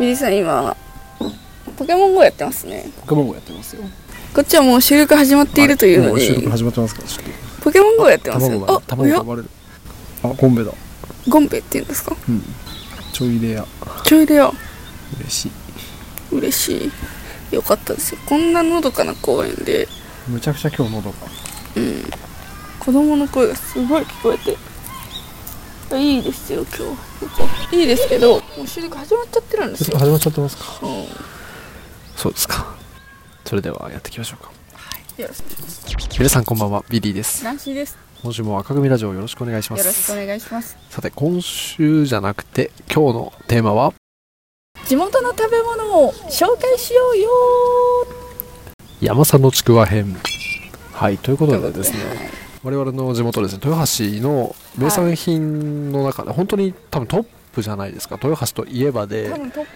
じいさん今ポケモン GO やってますねポケモン GO やってますよこっちはもう収録始まっているというのはに、も収録始まってますからちょっポケモン GO やってとます卵よがあお卵がや生まれるあゴンベだゴンベって言うんですかうんちょいレアちょいでよ嬉しい嬉しいよかったですよこんなのどかな公園でむちゃくちゃ今日喉が子供の声がすごい聞こえていいですよ今日いいですけどもう収録始まっちゃってるんですよ、始まっちゃってますかうんそうですかそれではやっていきましょうかよろしく皆さんこんばんはビリーですナンシーです今週も赤組ラジオよろしくお願いしよまろしくすお願いしますさて今週じゃなくて今日のテーマは地元の食べ物を紹介しようよ山さんのちくわ編はいということといでうことでですね我々の地元ですね豊橋の名産品の中で本当に多分トップじゃないですか豊橋といえばで多分トッ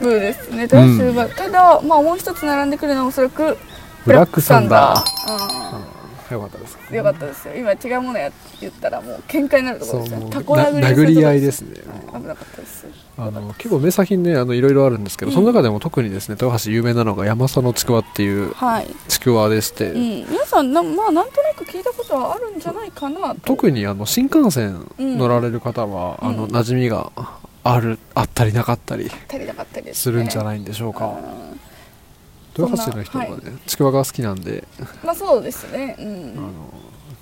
プですね豊洲は、ただまあもう一つ並んでくるのはおそらくブラックサンダーーあよかったですーよかったですよ今違うものや言ったらもう喧嘩になるところそうですよもうタコ殴りするな殴とこりろ合いですねはい危なかったですあの結構名産品ねあのいろいろあるんですけど、うんその中でも特にですね豊橋有名なのが山佐のちくわっていうはい、ちくわでして、うん、皆さんなまあなんとなく聞いたことはあるんじゃないかなと特にあの新幹線乗られる方は、うんあのうん馴染みがあるあったりなかったり足りなかったです、ね、するんじゃいないんでしょうか、うん豊橋の人はね、そんちくわが好きなんで、まあそうですねうあのん、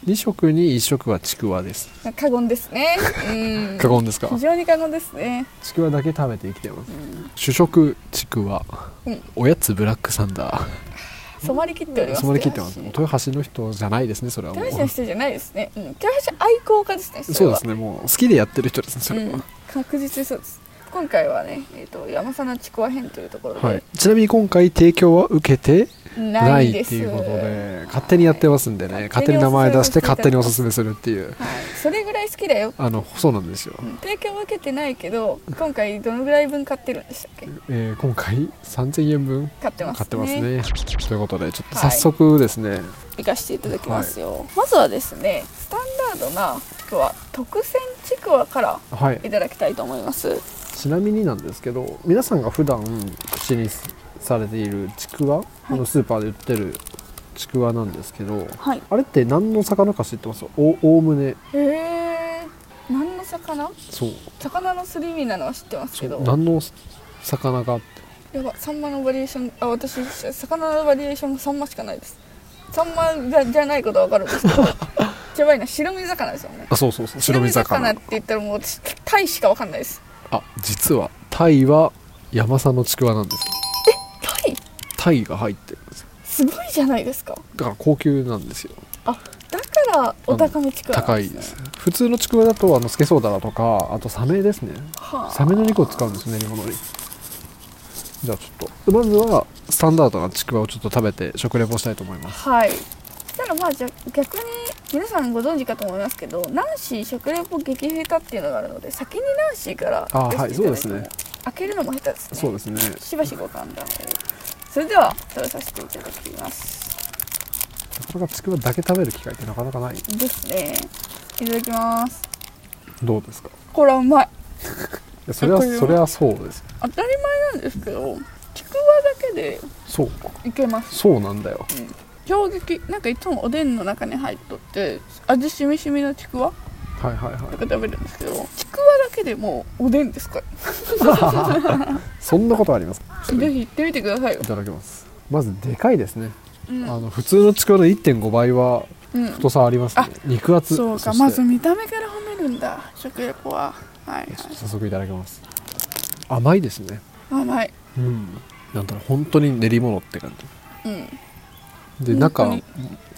2食に1食はちくわです過言ですねうん過言ですか非常に過言ですねちくわだけ食べて生きてます、主食ちくわ、うんおやつブラックサンダ染まりきっておりーます染まりきってますもう豊橋の人じゃないですねそれはもう豊橋の人じゃないですね、うん、豊橋愛好家ですねそうですねねもう好きでやってる人ですねそれうは、ん、確実にそうです今回はね、えー、と山佐のちくわ編というところで、はい、ちなみに今回提供は受けてなないいでっすていうことで勝手にやってますんでね、はい勝手に名前出して勝勝手手ににおおすすすすめするっていうはい、それぐらい好きだよ、あのそうなんですよ、うん、提供は受けてないけど今回どのぐらい分買ってるんでしたっけえー今回3000円分買ってますね買ってますねということでちょっとはい早速ですね、行かせていただきますよ、まずはですねスタンダードなちくわ特選ちくわからはいいただきたいと思いますちなみになんですけど皆さんが普段口にされているちくわ、あのスーパーで売ってるちくわなんですけどはいあれって何の魚か知ってますおおおむねへえ何の魚そう魚のすり身なのは知ってますそけどう何の魚かってやばサンマのバリエーションあ私魚のバリエーションもサンマしかないですサンマじゃじゃないことは分かるんです けどやばいな白身魚ですよねあそうそうそう白身魚って言ったらもう私タイしか分かんないですあ実はタイは山さんのちくわなんですタイタイが入ってるんですよすごいじゃないですかだから高級なんですよあだからお高めちくわな高んいねです普通のちくわだとあのスケソウダラとかあとサメですねはあサメの肉を使うんですね練り物にじゃあちょっとまずはスタンダードなちくわをちょっと食べて食レポしたいと思いますはいただまあじゃ逆に皆さんご存知かと思いますけどナンシー食レポ激下手っていうのがあるので先にナンシーからあーはい出してただてそうですね開けるのも下手ですねそうですねしばしご勘弁をそれでは食べさせていただきますなかなかちくわだけ食べる機会ってなかなかないですねいただきますどうですかいこれはうまいやそれはこれはそれはそうです当たり前なんですけどちくわだけでそういけますそうなんだよ衝撃なんかいつもおでんの中に入っとって味しみしみのちくわはいはいはといか食べるんですけどちくわだけでもうおでんですからそんなことありますぜひ行ってみてくださいよいただきますまずでかいですね、うんあの普通のちくわの1.5倍はうん太さありますね、肉厚そうかしてまず見た目から褒めるんだ食レポははいちょっと早速いただきます甘いですねはい甘いうんなんだろう本当に練り物って感うんじで本当中に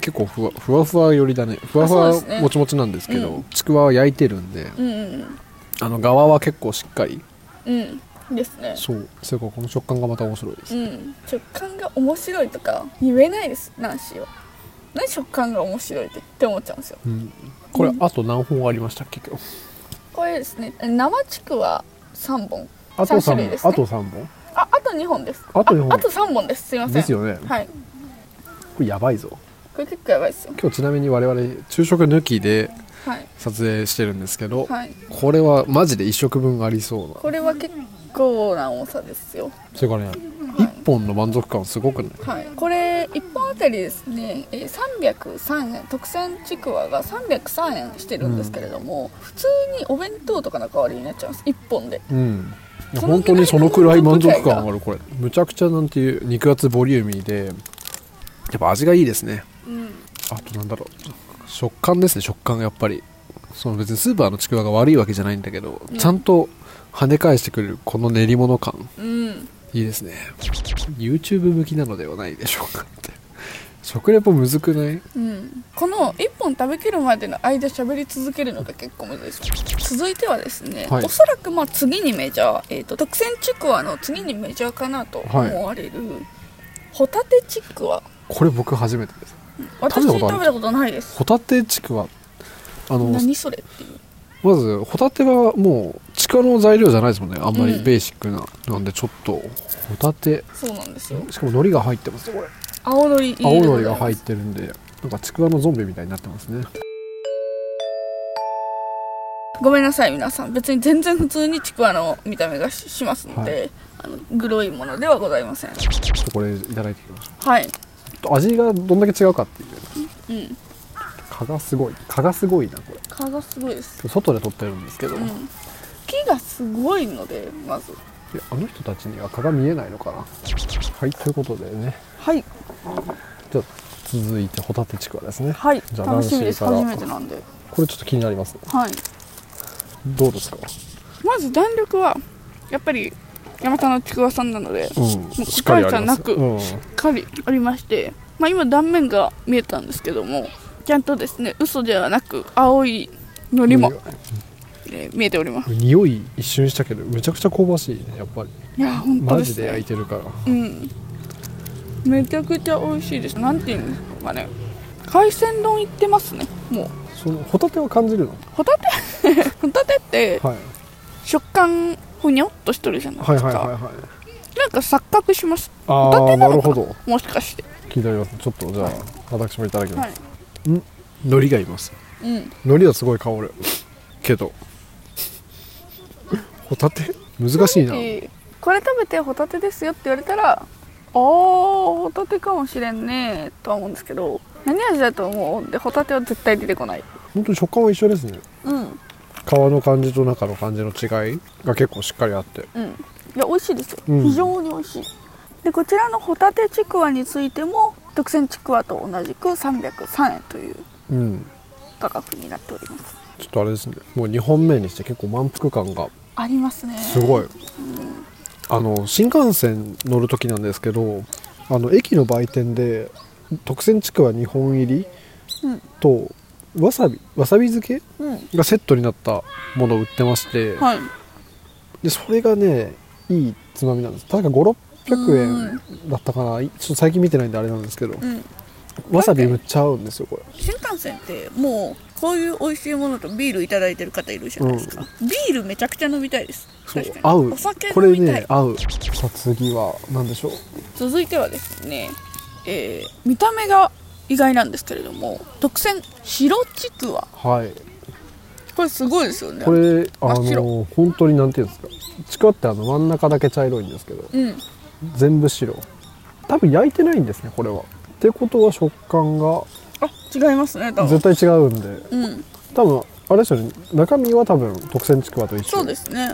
結構ふわふわふわ寄りだねふわふわそうですねもちもちなんですけどうちくわは焼いてるんでうんうんあの側は結構しっかりうんうんですねそうそれからこの食感がまた面白いです、うん、食感が面白いとか言えないですナンシーは何食感が面白いってって思っちゃうんですようんこれあと何本ありましたっけ今日これですね生ちくわ3本あと三種3類本、ですねあと3本ああと2本ですあと二本あと3本ですすいませんですよねはいこれやばいぞこれ結構やばいですよ今日ちなみに我々昼食抜きではい撮影してるんですけど、はいこれはマジで1食分ありそうなこれは結構な重さですよそれからね一本の満足感すごくねはい、これ1本あたりですねえー303円特選ちくわが303円してるんですけれども、普通にお弁当とかの代わりになっちゃうんです1本でうんいやその本ぐ当らいにそのくらい満足感上がるこれむちゃくちゃなんていう肉厚ボリューミーでやっぱ味がいいですねうんあとなんだろう食感ですね食感がやっぱりその別にスーパーのちくわが悪いわけじゃないんだけど、うんちゃんと跳ね返してくれるこの練り物感うんいいですね YouTube 向きなのではないでしょうかって食レポむずくないうん、この1本食べきるまでの間喋り続けるのが結構むずいです続いてはですね、はいおそらくまあ次にメジャー、えー、と特選ちくわの次にメジャーかなと思われる、ホタテちくわこれ僕初めてです私食べ食たことあるべたことないですホタテちくわあの何それっていうまずホタテはもうちくわの材料じゃないですもんねあんまうりんベーシックな、なんでちょっとホタテそうなんですよしかも海苔が入ってますねこれ青のり青海苔が入っってるんでなんかちくわのゾンビみたいになってますねごめんなさい皆さん別に全然普通にちくわの見た目がししますので、はあのグロいものではございませんちょっとこれいただいてきましょうはいちょっと味がどんだけ違うかっていううん蚊がすごい蚊がすごいなこれ蚊がすごいです外で撮ってるんですけど、ういんや木がすごいのでまずあの人たちには蚊が見えないのかなはいということでねはいじゃあ続いてホタテちくわですねはいじゃあ楽しみです男初子からめてなんでこれちょっと気になりますねはいどうですかまず弾力はやっぱり山田のちくわさんなのでしうんしっかりありますようんっかりありましてまあ今断面が見えたんですけどもちゃんとですね嘘ではなく青いのりも、えー見えております匂い一瞬したけどめちゃくちゃ香ばしいねやっぱりいや本当マでジすで焼いねてるからうんめちゃくちゃ美味しいですなんていうんですかね海鮮丼いってますねもうそのホタテは感じるの、ホタテ ホタテってはい、食感ふにょっとしてるじゃないはでいすか、はいはいはいなんか錯覚しますあホタあテななるのかほどもしかして気になりますちょっとじゃあ私もいただきまはすい海苔がいますうん海苔はすごい香るけどホタテ難しいなえーこれ食べてホタテですよって言われたらああホタテかもしれんねとは思うんですけど何味だと思うでホタテは絶対出てこない本当に食感は一緒ですねうん皮の感じと中の感じの違いが結構しっかりあってうん、いや美味しいですよ、うん非常に美味しいでこちらのホタテちくわについても特選ちくわと同じく303円といううん価格になっておりますちょっとあれですねもう2本目にして結構満腹感がありますねすごいあの新幹線乗る時なんですけどあの駅の売店で特選ちくわ2本入りうんとわさびわさび漬うんけがセットになったものを売ってまして、はいでそれがねいいつまみなんです確か5600円だったかなちょっと最近見てないんであれなんですけどうんわさびむっちゃ合うんですよこれ新幹線ってもうこういう美味しいものとビールいただいてる方いるじゃないですか、ビールめちゃくちゃ飲みたいですそう確かに合うお酒こ飲れみたい、ね合うさあ次は何でしょう続いてはですね、えー見た目が意外なんですけれども特選白ちくわはいこれすごいですよねこれ真あっの白本当になんていうんですかちくわってあの真ん中だけ茶色いんですけどうん全部白多分焼いてないんですねこれはってことは食感があ違いますね多分絶対違うんでうん多分あれですよね中身は多分特選ちくわと一緒そうですね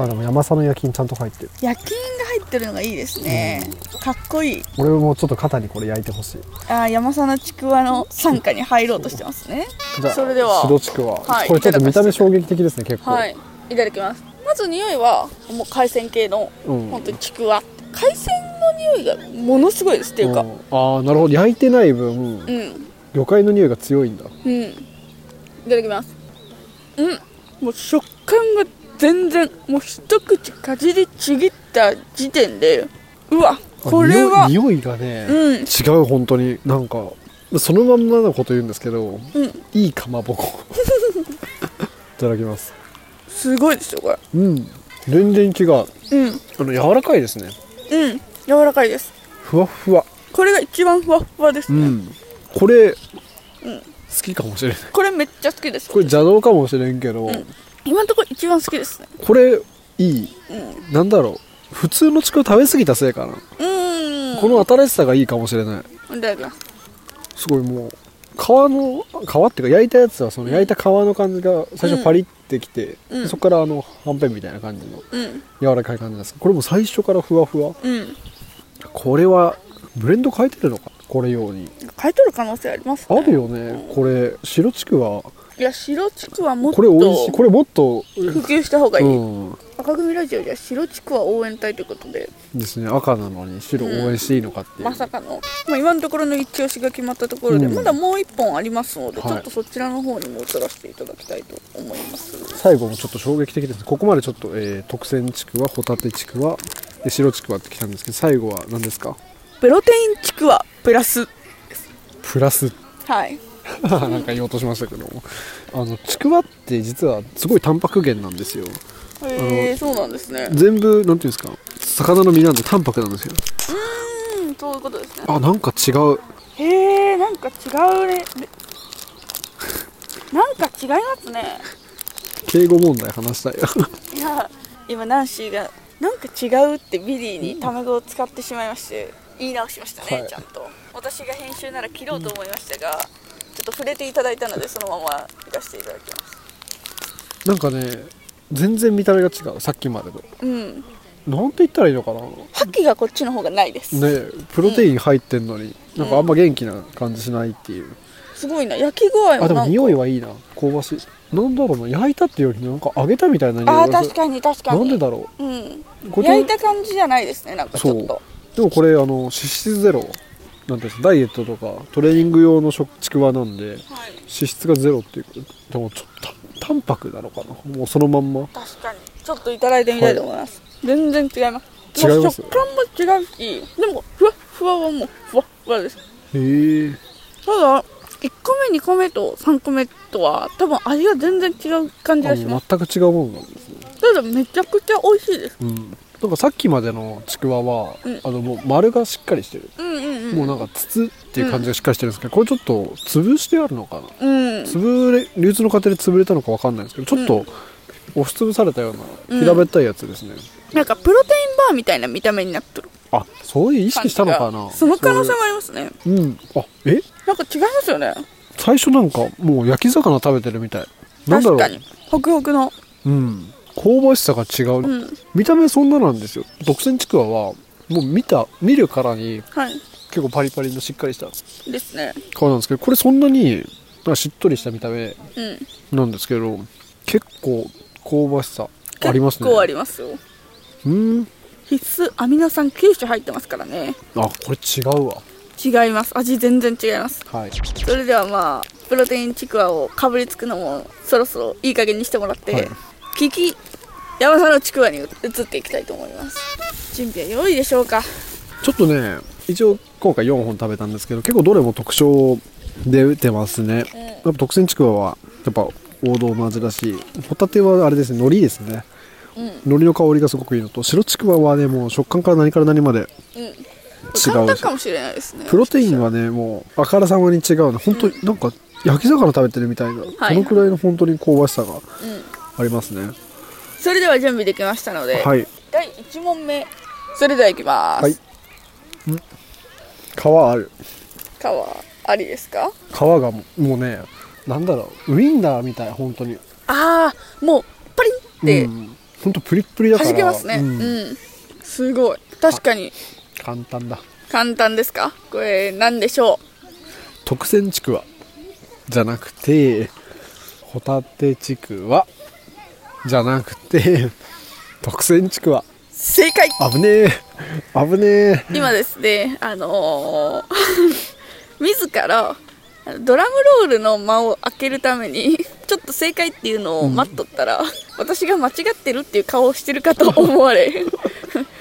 あでも山佐の焼きにちゃんと入ってる夜勤が入ってるのがいいですね、かっこいい俺もちょっと肩にこれ焼いてほしいあー山佐のちくわの傘下に入ろうとしてますねじゃあそれでは白ちくわ、はいこれちょっと見た目いただかせて衝撃的ですね結構、はいいただきますまず匂いはもう海鮮系のうん本当にちくわ海鮮の匂いがものすごいですっていうかんああなるほど焼いてない分、うん魚介の匂いが強いんだうんいただきますうんもう食感が全然もう一口かじりちぎった時点でうわあこれは匂い匂いがね、うん違う本当になんかそのまんまのこと言うんですけどうんいいかまぼこ いただきますすごいですよこれうん全然違ううんあの柔らかいですねうん柔らかいですふわっふわこれが一番ふわっふわですね、これ、好きかもしれないこれめっちゃ好きですこれ邪道かもしれんけど、今のところ一番好きですねこれいい、なんだろう普通のちくわ食べ過ぎたせいかな、うんこの新しさがいいかもしれないだがすごいもう皮の皮っていうか焼いたやつはその焼いた皮の感じが最初パリってきて、うんそこからあのはんぺんみたいな感じのうん柔らかい感じなんですけどこれも最初からふわふわうんこれはブレンド変えてるのかこれ用に買い取る可能性ありますあねるよねこれ白ちくわいや白ちくわもっとこれ美味しいこれもっと普及した方がいい、うん赤組ラジオでは白ちくわ応援隊ということでですね赤なのに白応援していいのかっていう、まさかの、まあ、今のところの一押しが決まったところで、うんまだもう1本ありますので、はいちょっとそちらの方にも移らせていただきたいと思います最後もちょっと衝撃的ですここまでちょっと、えー特選ちくわホタテちくわで白ちくわってきたんですけど最後は何ですかプロテインちくわプラスプラスはい なんか言おうとしましたけどもあのちくわって実はすごいタンパク源なんですよへえそうなんですね全部なんていうんですか魚の身なんでタンパクなんですようんそういうことですねあなんか違うへえなんか違うね なんか違いますね敬語問題話したいよ いや今ナンシーがなんか違うってビリーにタメ語を使ってしまいまして言い直しましたね、はいちゃんと私が編集なら切ろうと思いましたが、ちょっと触れていただいたのでそのままいかせていただきますなんかね全然見た目が違うさっきまでとうんなんて言ったらいいのかな覇気がこっちの方がないです、ねプロテイン入ってんのに、なんかあんま元気な感じしないっていう、すごいな焼き具合もなあでもんか匂いはいいな香ばしいなんだろうな焼いたっていうよりなんか揚げたみたいな匂いあがあ確かに確かになんでだろうんうこれ焼いた感じじゃないですねなんかちそょうっとでもこれあの脂質ゼロなんていうんですかダイエットとかトレーニング用の食ちくわなんではい脂質がゼロっていうでもちょっと淡白なのかなもうそのまんま確かにちょっといただいてみたいと思います、全然違いますもう違います食感も違うしでもふわっふわはもうふわっふわですへえただ1個目2個目と3個目とは多分味が全然違う感じがします全く違うものなんですねただめちゃくちゃ美味しいですうんなんかさっきまでのちくわは、うんあのもう丸がしっかりしてる、うんうんもうなんか筒っていう感じがしっかりしてるんですけど、これちょっと潰してあるのかなうんうん潰れ流通の過程で潰れたのかわかんないですけどちょっと押しつぶされたよううんな平べったいやつですね、なんかプロテインバーみたいな見た目になってるあそういう意識したのか感じながその可能性もありますねそういううんあえなんか違いますよね最初なんかもう焼き魚食べてるみたいなんだろ確かうにホクホクのうん香ばしさが違うう、ん見た目そんななんですよ独占ちくわはもう見た見るからにはい結構パリパリのしっかりしたですね皮なんですけどこれそんなになんかしっとりした見た目うんなんですけど結構香ばしさありますね結構ありますようん必須アミノ酸9種入ってますからねあこれ違うわ違います味全然違いますはいそれではまあプロテインちくわをかぶりつくのもそろそろいい加減にしてもらって、はい聞き山さんのちくわに移っていきたいと思います準備は良いでしょうかちょっとね一応今回4本食べたんですけど結構どれも特徴で出てますね、やっぱ特選ちくわはやっぱ王道の味だしホタテはあれですね海苔ですね、うん海苔の香りがすごくいいのと白ちくわはねもう食感から何から何までうん違簡う単しかもしれないですねプロテインはねもうあからさまに違うの本当になんか焼き魚食べてるみたいな、はいそのくらいの本当に香ばしさがうんありますね、それでは準備できましたので、はい第1問目それではいきます、はい皮ある皮ありですか皮がもうもうねなんだろうウインナーみたい本当にああもうパリンってうん、ほんとプリップリだから弾けますねう、うんんすごい確かに簡単だ簡単ですかこれ何でしょ特選ちくわじゃなくてホタテちくわじゃなくて特選ちくわう正解危ねえ危ねえ今ですね、あのー 自らあのドラムロールの間を開けるためにちょっと正解っていうのを待っとったら、私が間違ってるっていう顔をしてるかと思われ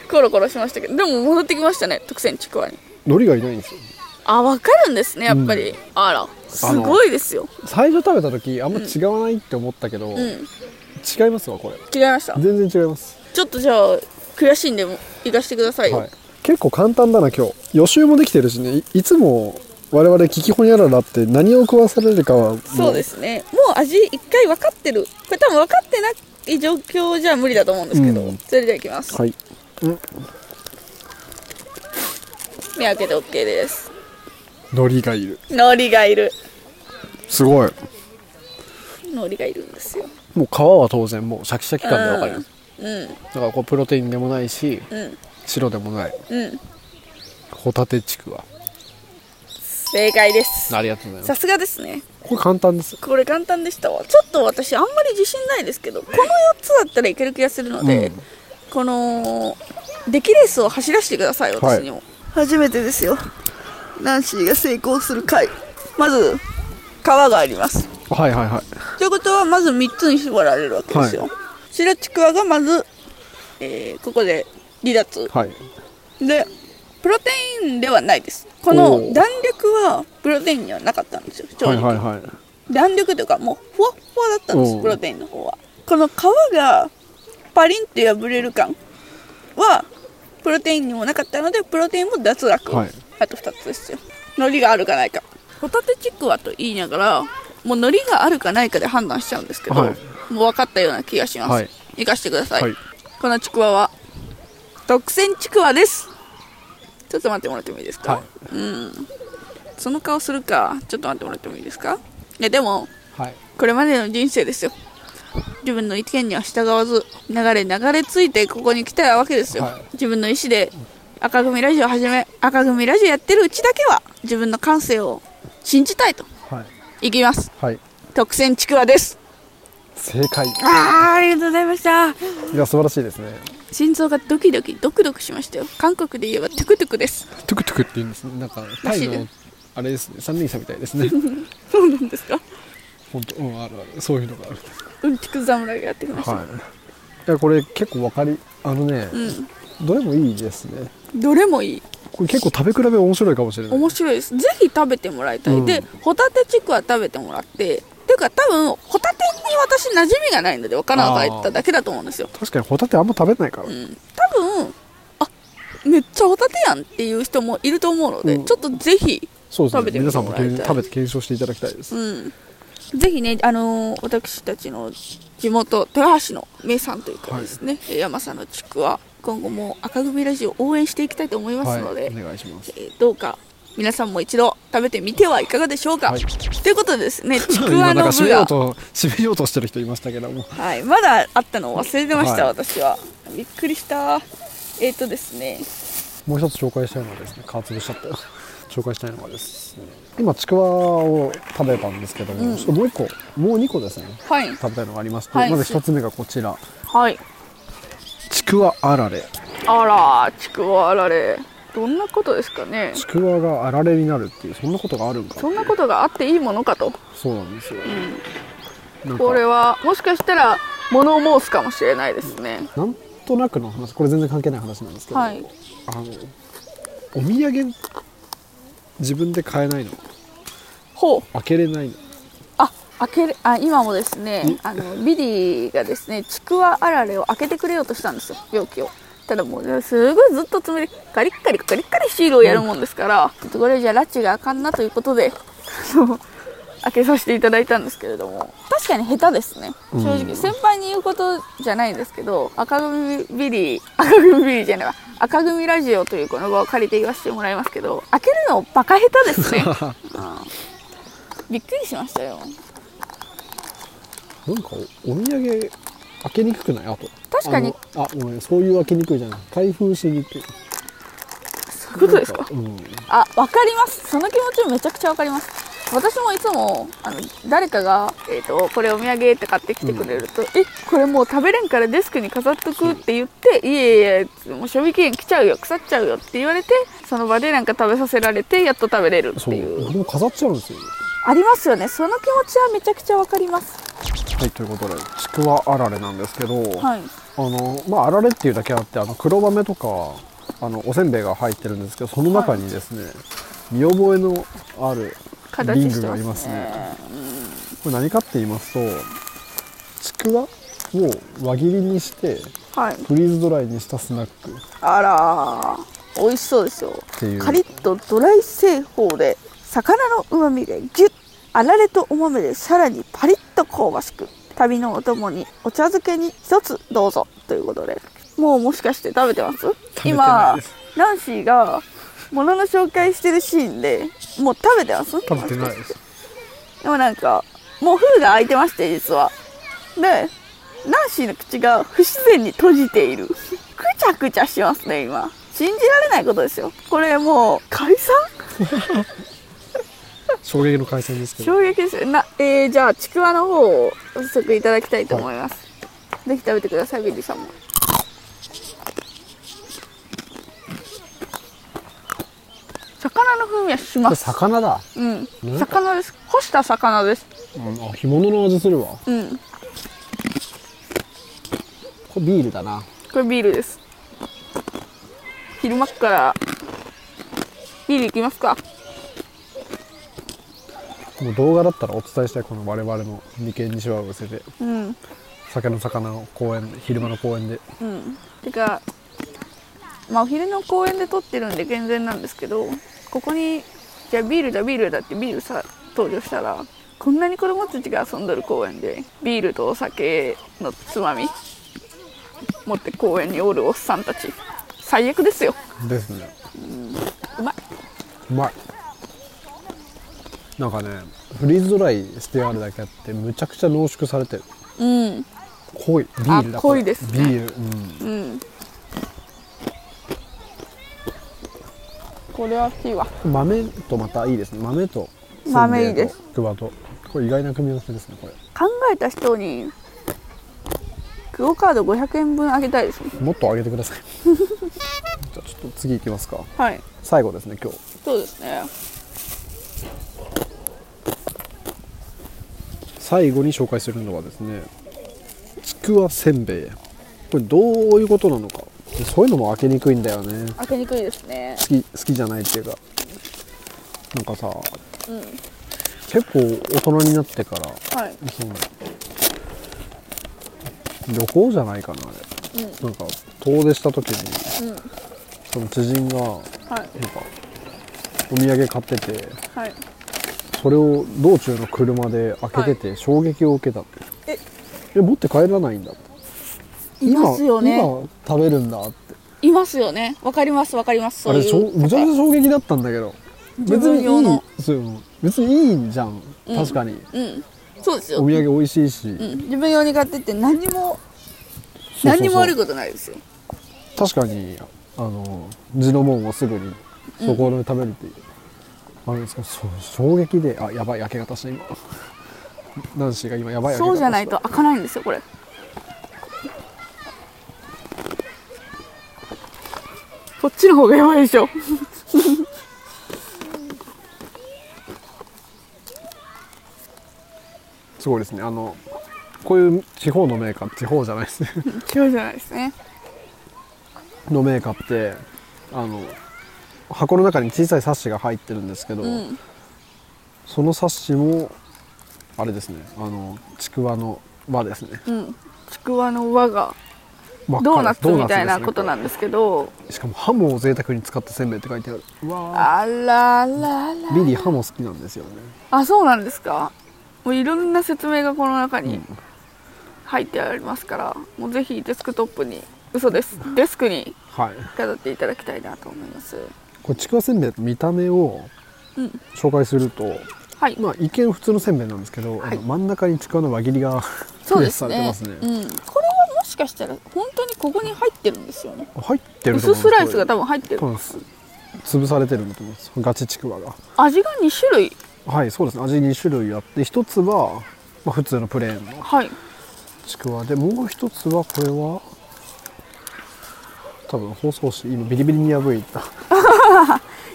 コロコロしましたけどでも戻ってきましたね特選ちくわに海苔がいないんですよあ分かるんですねやっぱり、うあらすごいですよ最初食べた時あんま違わないって思ったけど、うん違いますわこれ違いました全然違います、ちょっとじゃあ悔しいんで行かしてくださいよ、はい、結構簡単だな今日予習もできてるしねいいつも我々聞きほにゃららって何を食わされるかはもそうですねもう味一回分かってるこれ多分分かってない状況じゃ無理だと思うんですけど、うんそれではいきます、はい目開けて OK です海苔がいる海苔がいるすごい海苔がいるんですよもう皮は当然もうシャキシャキ感でわかりますうんだからこうプロテインでもないしうん白でもないうんホタテちくわ正解ですありがとうございまさすすがですねこれ簡単ですこれ簡単でしたわちょっと私あんまり自信ないですけどこの4つだったらいける気がするので、うんこの出来レースを走らせてください私にも、初めてですよナンシーが成功する回まず川がありますはいはいはいということはまず3つに絞られるわけですよ、はい白ちくわがまず、えーここで離脱はいでプロテインではないですこおのー弾力はプロテインにはなかったんですよ正直、はいはいはい弾力というかもうふわっふわだったんでうすんプロテインの方はこの皮がパリンって破れる感はプロテインにもなかったのでプロテインも脱落、はいあと2つですよ海苔があるかないかホタテチくわと言いながらもう海苔があるかないかで判断しちゃうんですけど、はいもう分かったような気がします、はい生かしてください、はいこのちくわは特選ちくわですちょっと待ってもらってもいいですか、はいその顔するかちょっと待ってもらってもいいですかいやでもはいこれまでの人生ですよ自分の意見には従わず流れ流れ着いてここに来たわけですよ、はい自分の意思で赤組ラジオを始め赤組ラジオやってるうちだけは自分の感性を信じたいとはいいきますはい特選ちくわです正解いあーありがとうございましたや素晴らしいですね心臓がドキドキドクドクしましたよ韓国で言えばトゥクトゥクですトゥクトゥクって言うんですねなんからタしイいねのあれですね三輪車みたいで すねそうなんですか本当うんあるあるそういうのがあるうんちく侍がやってきました、はいいやこれ結構わかりあのね、どれもいいですねどれもいいこれ結構食べ比べ面白いかもしれない面白いですぜひ食べてもらいたい、うんでホタテチクワ食べてもらってていうか多分ホタテに私馴染みがないのでわからなかっただけだと思うんですよ確かにホタテあんま食べないから、多分あめっちゃホタテやんっていう人もいると思うので、うんちょっとぜひそうです食べてねみ皆てさんももらいたい検食べて検証していただきたいです、うんぜひね、あのー私たちの地元豊橋の名産というかですね、えー山さんの地区は今後も赤組ラジオを応援していきたいと思いますので、はいお願いしますえーどうか皆さんも一度食べてみてはいかがでしょうか、はいということでです ねちくわ今なんのか部締めよがう、と締めようとしてる人いましたけどもはい、まだあったのを忘れてました、はい私はびっくりしたえっ、とですねもう一つ紹介したいのはですね皮潰しちゃったよ紹介したいのはですね今ちくわを食べたんですけども、もう一個もう二個ですねはい食べたいのがありまして、はいまず一つ目がこちらはいちくわあられあらちくわあられどんなことですかねちくわがあられになるっていうそんなことがあるんかっていうそんなことがあっていいものかとそうなんですよ、なんかこれはもしかしたら物申すかもしれないですねなんとなくの話これ全然関係ない話なんですけど、はいあのお土産自分で買えないのほう開けれないのあ開けるあ今もですねあのビリーがですねちくわあられを開けてくれようとしたんですよ容器をただもうすごいずっと爪でカリッカリカリッカリシールをやるもんですからちょっとこれじゃ拉致があかんなということであの 開けさせていただいたんですけれども確かに下手ですねうん正直先輩に言うことじゃないんですけど赤組ビリー赤組ビリーじゃないわ赤組ラジオというこの場を借りて言わせてもらいますけど開けるのバカ下手です ね、うんびっくりしましたよなんかおお土産開けにくくないあと確かにあのあごめんそういう開けにくいじゃない開封しにくいそういうことですかうんあわかりますその気持ちめちゃくちゃわかります私もいつもあの誰かが、えーと「これお土産」って買ってきてくれると「えこれもう食べれんからデスクに飾っとく」って言って「いえいえもう賞味期限来ちゃうよ腐っちゃうよ」って言われてその場でなんか食べさせられてやっと食べれるってそういう僕も飾っちゃうんですよありますよねその気持ちはめちゃくちゃわかりますはいということでちくわあられなんですけど、はいあのまああられっていうだけあってあの黒豆とかあのおせんべいが入ってるんですけどその中にですね、見覚えのあるリ形ンしグてがあまりすねますねこれ何かって言いますとちくわを輪切りにしてはいフリーズドライにしたスナックあらー美味しそうですよていうカリッとドライ製法で魚のうまみがギュッあられとお豆でさらにパリッと香ばしく旅のお供にお茶漬けに一つどうぞということでもうもしかして食べてますべてない今ですナンシーが物の紹介してるシーンでもう食べてます食べてないですでもなんかもう封が開いてまして実はでナンシーの口が不自然に閉じているくちゃくちゃしてますね今信じられないことですよこれもう解散衝撃の海鮮ですけど衝撃ですよな、えー、じゃあちくわの方を早速いただきたいと思います、ぜひ食べてくださいビリーさんも魚の風味はします魚だ、うんね魚です干した魚ですうん、あ干物の味するわうんこれビールだなこれビールです昼間っからビールいきますかもう動画だったらお伝えしたいこの我々の眉間にしわを寄せてうん酒の魚の公園で昼間の公園でうんてかまあお昼の公園で撮ってるんで健全なんですけどここにじゃあビールだビールだってビールさ登場したらこんなに子供たちが遊んどる公園でビールとお酒のつまみ持って公園におるおっさんたち最悪ですよですねうまいうまいなんかねフリーズドライしてあるだけあってむちゃくちゃ濃縮されてるうん濃いビールだあこ濃れいですねビールうんうんこれは好いわ豆とまたいいですね豆と豆いいですクワとこれ意外な組み合わせですねこれ考えた人にクオカード500円分あげたいですねもっと上げてく ださいじゃあちょっと次行きますかはい最後ですね今日そうですね最後に紹介するのはですねちくわせんべいこれどういうことなのかそういうのも開けにくいんだよね開けにくいですね好き好きじゃないっていうかなんかさうん結構大人になってからはいそう旅行じゃないかなあれ、うんなんか遠出した時にうんその知人がなんかはいお土産買っててはいそれを道中の車で開けてて衝撃を受けたって、ええ持って帰らないんだっていますよね今食べるんだっていますよねわかりますわかりますあそういれしょうむちゃくちゃ衝撃だったんだけど自別分に用のいいそう別にいいんじゃん確かに、うんそうですお土よ、産美味しいし、うん、自分用に買ってって何にもそうそうそう何にも悪いことないですよ確かにあの地のもんをすぐにそこで食べるっていう、あれですかそう衝撃であやばい焼け方した今ナンシーが今やばい焼けそ方したうじゃないと開かないんですよこれこっちの方がやばいでしょ すごいですねあのこういう地方のメーカー地方じゃないですね違うじゃないですねのメーカーってあの箱の中に小さいサッシが入ってるんですけど、うんそのサッシもあれですねあのちくわの輪ですねうんちくわの輪が輪っかですドーナツみたいドーナツですなねことなんですけどれしかもハムを贅沢に使ったせんべいって書いてあるうわーあらららビリーハモ好きなんですよねあそうなんですかもういろんな説明がこの中にん入ってありますから、もうぜひデスクトップに嘘ですデスクにはい飾っていただきたいなと思いますこれちくわせんべいって見た目をうん紹介すると、はい、まあ一見普通のせんべいなんですけど、はあいの真ん中にちくわの輪切りが そうでさすれてねますね、うん、これはもしかしたら本当にここに入ってるんですよね入ってると思う薄スライスが多分分入ってる多分す潰されてるんだと思うんですガチちくわが味が2種類はいそうですね味2種類あって一つは、まあ、普通のプレーンのはいちくわでもう一つはこれは多分包装紙今ビリビリに破いた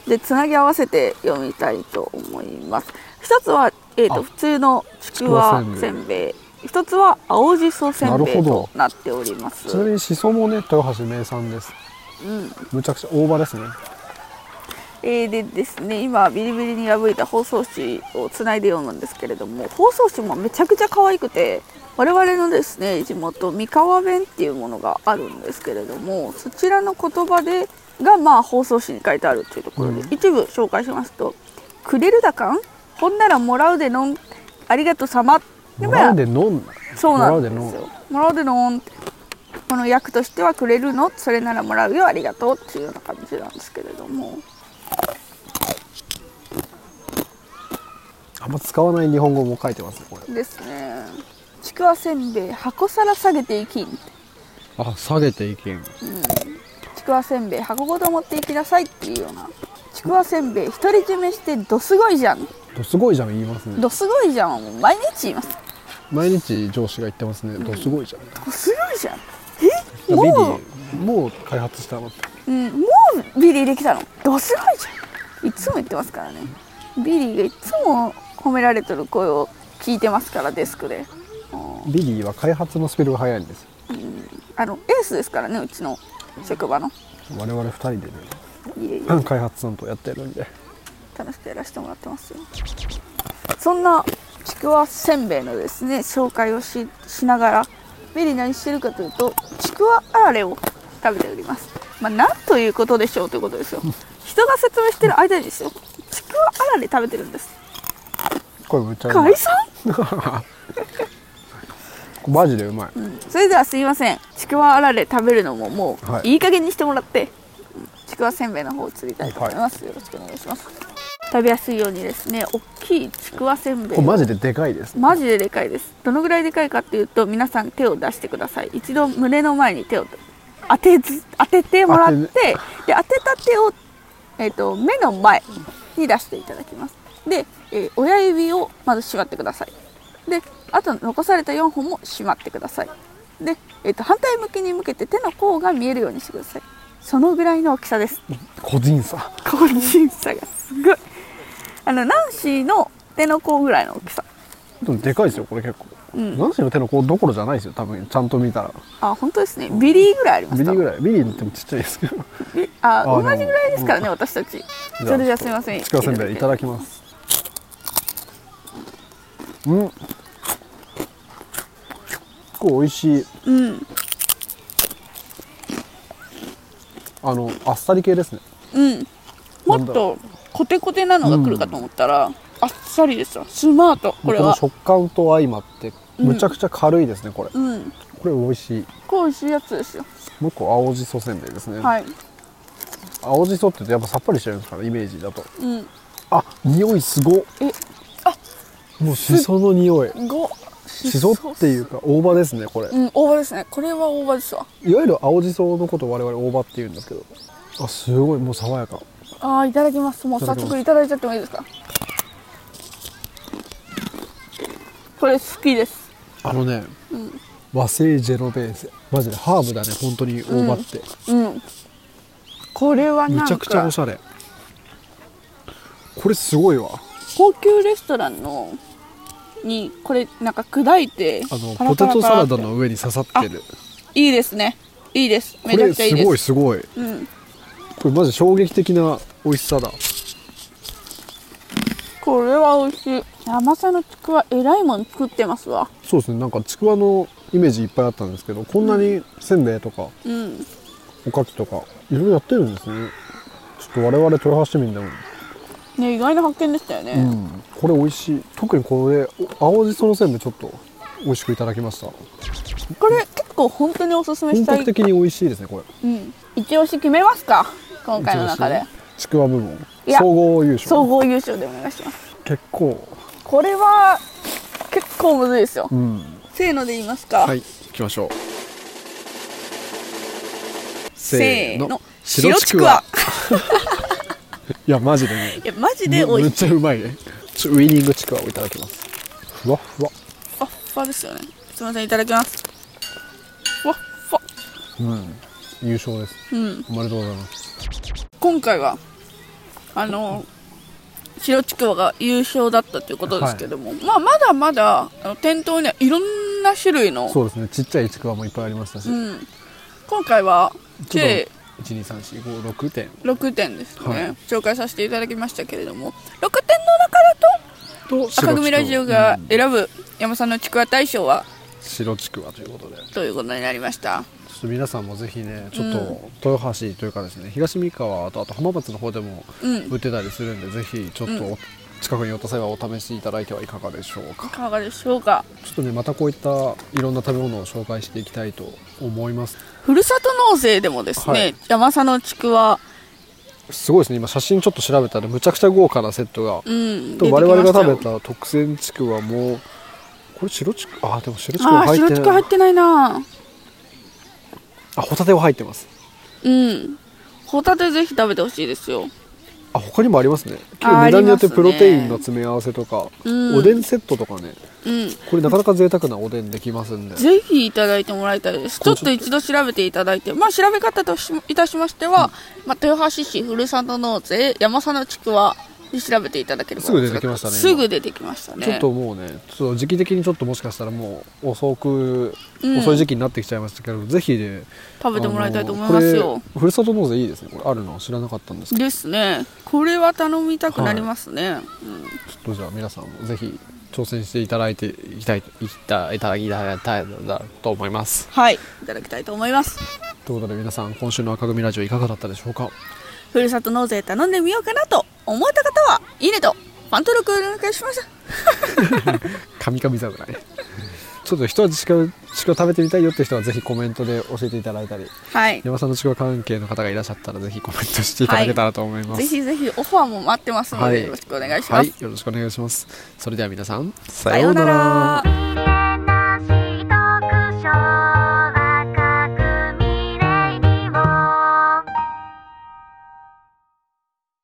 でつなぎ合わせて読みたいと思います一つは、えー、とあ普通のちくちわくわせせんんべい一つは青じそせんなべるほいどとなっておりますちなみにしそもね豊橋名産ですうんむちゃくちゃ大葉ですねえーでですね今ビリビリに破いた包装紙をつないで読むんですけれども包装紙もめちゃくちゃ可愛くて我々のですね地元三河弁っていうものがあるんですけれどもそちらの言葉でがまあ包装紙に書いてあるっていうところで、う一部紹介しますと「くれるだかんほんならもらうでのんありがとさま」っやっもぱりらうで飲んだそうなんでもらうすで飲よもらうでのんってこの役としてはくれるのそれならもらうよありがとうっていうような感じなんですけれどもあんま使わない日本語も書いてますねこれですねちくわせんべい箱皿下げていきんあ下げていけんちくわせんべい箱ごと持っていきなさいっていうようなちくわせんべい独り占めしてどすごいじゃんどすごいじゃん言いますねどすごいじゃんはもう毎日言います毎日上司が言ってますねどすごいじゃんどすごいじゃんえビもリうーもう開発したのってうん、もうビリーできたのどすごいじゃんいつも言ってますからねビリーがいつも褒められてる声を聞いてますからデスクでビリーは開発のスピードが速いんですよあのエースですからねうちの職場の我々二人でねいえいえ開発さんとやってるんで楽しくやらせてもらってますよそんなちくわせんべいのですね紹介をししながらビリー何してるかというとちくわあられを食べておりますまあなんということでしょうということですよ人が説明してる間にですよちくわあられ食べてるんですこれめっちゃうまい解散これマジでうまい、それではすいませんちくわあられ食べるのももう、はいい、い加減にしてもらってうんちくわせんべいの方を釣りたいと思います、よろしくお願いします食べやすいようにですね大きいちくわせんべいこれをマジででかいですマジででかいですどのぐらいでかいかっていうと皆さん手を出してください一度胸の前に手を当てず当ててもらって当で当てた手を、えー、と目の前に出していただきますで、えー親指をまずしまってくださいであと残された4本もしまってくださいで、えー、と反対向きに向けて手の甲が見えるようにしてくださいそのぐらいの大きさです個人差個人差がすごいあのナンシーの手の甲ぐらいの大きさでもでかいですよこれ結構、うんナンシーの手の甲どころじゃないですよ多分ちゃんと見たらあ本当ですねビリーぐらいありまビすリーぐいらいビリーってもちっちゃいで すけどああ同じぐらいですからね私たちそれじゃすみませんちくわせんべいいただきますうん結構美味しいうんあのあっさり系ですねうんもっとコテコテなのが来るかと思ったら、あっさりですよスマートこれのは食感と相まってむちゃくちゃ軽いですね、これうんこれ美味しいこう美味しいやつですよもう一個青じそせんべいですね、はい青じそってやっぱさっぱりしてるんですかねイメージだとうんあ匂いすごっえあもうしその匂いごしそっていうか大葉ですねこれ、うん大葉ですねこれは大葉ですわいわゆる青じそのことを我々大葉って言うんですけどあすごいもう爽やかあーいただきますもう早速いただいちゃってもいいですかこれ好きですあのね、和製ジェロベーゼマジでハーブだね本当に大葉って、うんこれはなんかめちゃくちゃおしゃれこれすごいわ高級レストランのにこれなんか砕いてあのパラポパテラトパサララってダの上に刺さってるいいですねいいですこめちゃれくちゃいいすですごいすごいうん、これマジ衝撃的な美味しさだこれは美味しい甘さのちくわえらいもん作ってますわそうですねなんかちくわのイメージいっぱいあったんですけどこんなにせんべいとかうんおかきとかいろいろやってるんですねちょっと我々豊橋市民でもね意外な発見でしたよね、うん、これ美味しい特にこれお青じそのせんべいちょっと美味しくいただきましたこれ結構本当におすすめ本したい格、的に美味しいですねこれうん、一押し決めますか今回の中で一押しちくわ部門いや総合優総勝合優勝でお願いします結構これは結構むずいですよ、うんせーので言いますか、い行きましょうせーの白ちくわいやマジでねいやマジで美めめ味っしいちゃうまいねちょウイニングちくわをいただきますふわっふわふわっふわですよねすいませんいただきますふわっふわうん優勝ですうんおめでとうございます今回はあの白ちくわが優勝だったということですけども、まあまだまだあの店頭にはいろんな種類のそうですねちっちゃいちくわもいっぱいありましたし、うん、今回はちょっ計と12345点6点ですね、はい紹介させていただきましたけれども6点の中だとと赤組ラジオが選ぶ山さんのちくわ大賞は白ちくわということでちょということになりましたっと皆さんもぜひねちょっと豊橋というかですね、東三河とあと浜松の方でもうん売ってたりするんで、ぜひちょっと近くに寄った際はお試しいただいてはいかがでしょういかかがでしょうかちょっとねまたこういったいろんな食べ物を紹介していきたいと思いますふるさと納税でもですね、はい山佐のちくわ、すごいですね今写真ちょっと調べたらむちゃくちゃ豪華なセットが、うん、と我々が食べたた特選ちくわもこれ白ちくわあでも白ちくわあー入っ白てちくわな入いってないなあホタテは入ってますうんホタテぜひ食べてほしいですよあ他にもありますね結あ構あ値段によってりますプねロテインの詰め合わせとか、うんおでんセットとかねうんこれなかなか贅沢なおでんできますんでぜひいただいてもらいたいです。ちょっことれ一度調べていただいて、まあ調べ方としいたしましては、まあ豊橋市ふるさと納税山佐の地区はで調べていただければすぐ出てきましたねすぐ出てきましたね。ちょっともうねちょっと時期的にちょっともしかしたらもう遅く、うん遅い時期になってきちゃいましたけどぜひね食べてもらいたいと思いますあのよこ。れふるさと納税いいですねこれあるの知らなかったんですけですね。これは頼みたくなりますね。うんどちょっとじゃあ皆さんもぜひ挑戦していただいていきたいいたいただきたいだと思いますはい、いただきたいと思います。ということで皆さん今週の赤組ラジオいかがだったでしょうかふるさと納税頼んでみようかなと思えた方は、いいねとファン登録お願いします。神々侍ちょっと一味違うちくわ食べてみたいよって人はぜひコメントで教えていただいたりはい。山さんのちくわ関係の方がいらっしゃったらぜひコメントしていただけたらと思います、ぜひぜひオファーも待ってますので、よろしくお願いします。はい、よろしくお願いしますそれでは皆さんささようなら。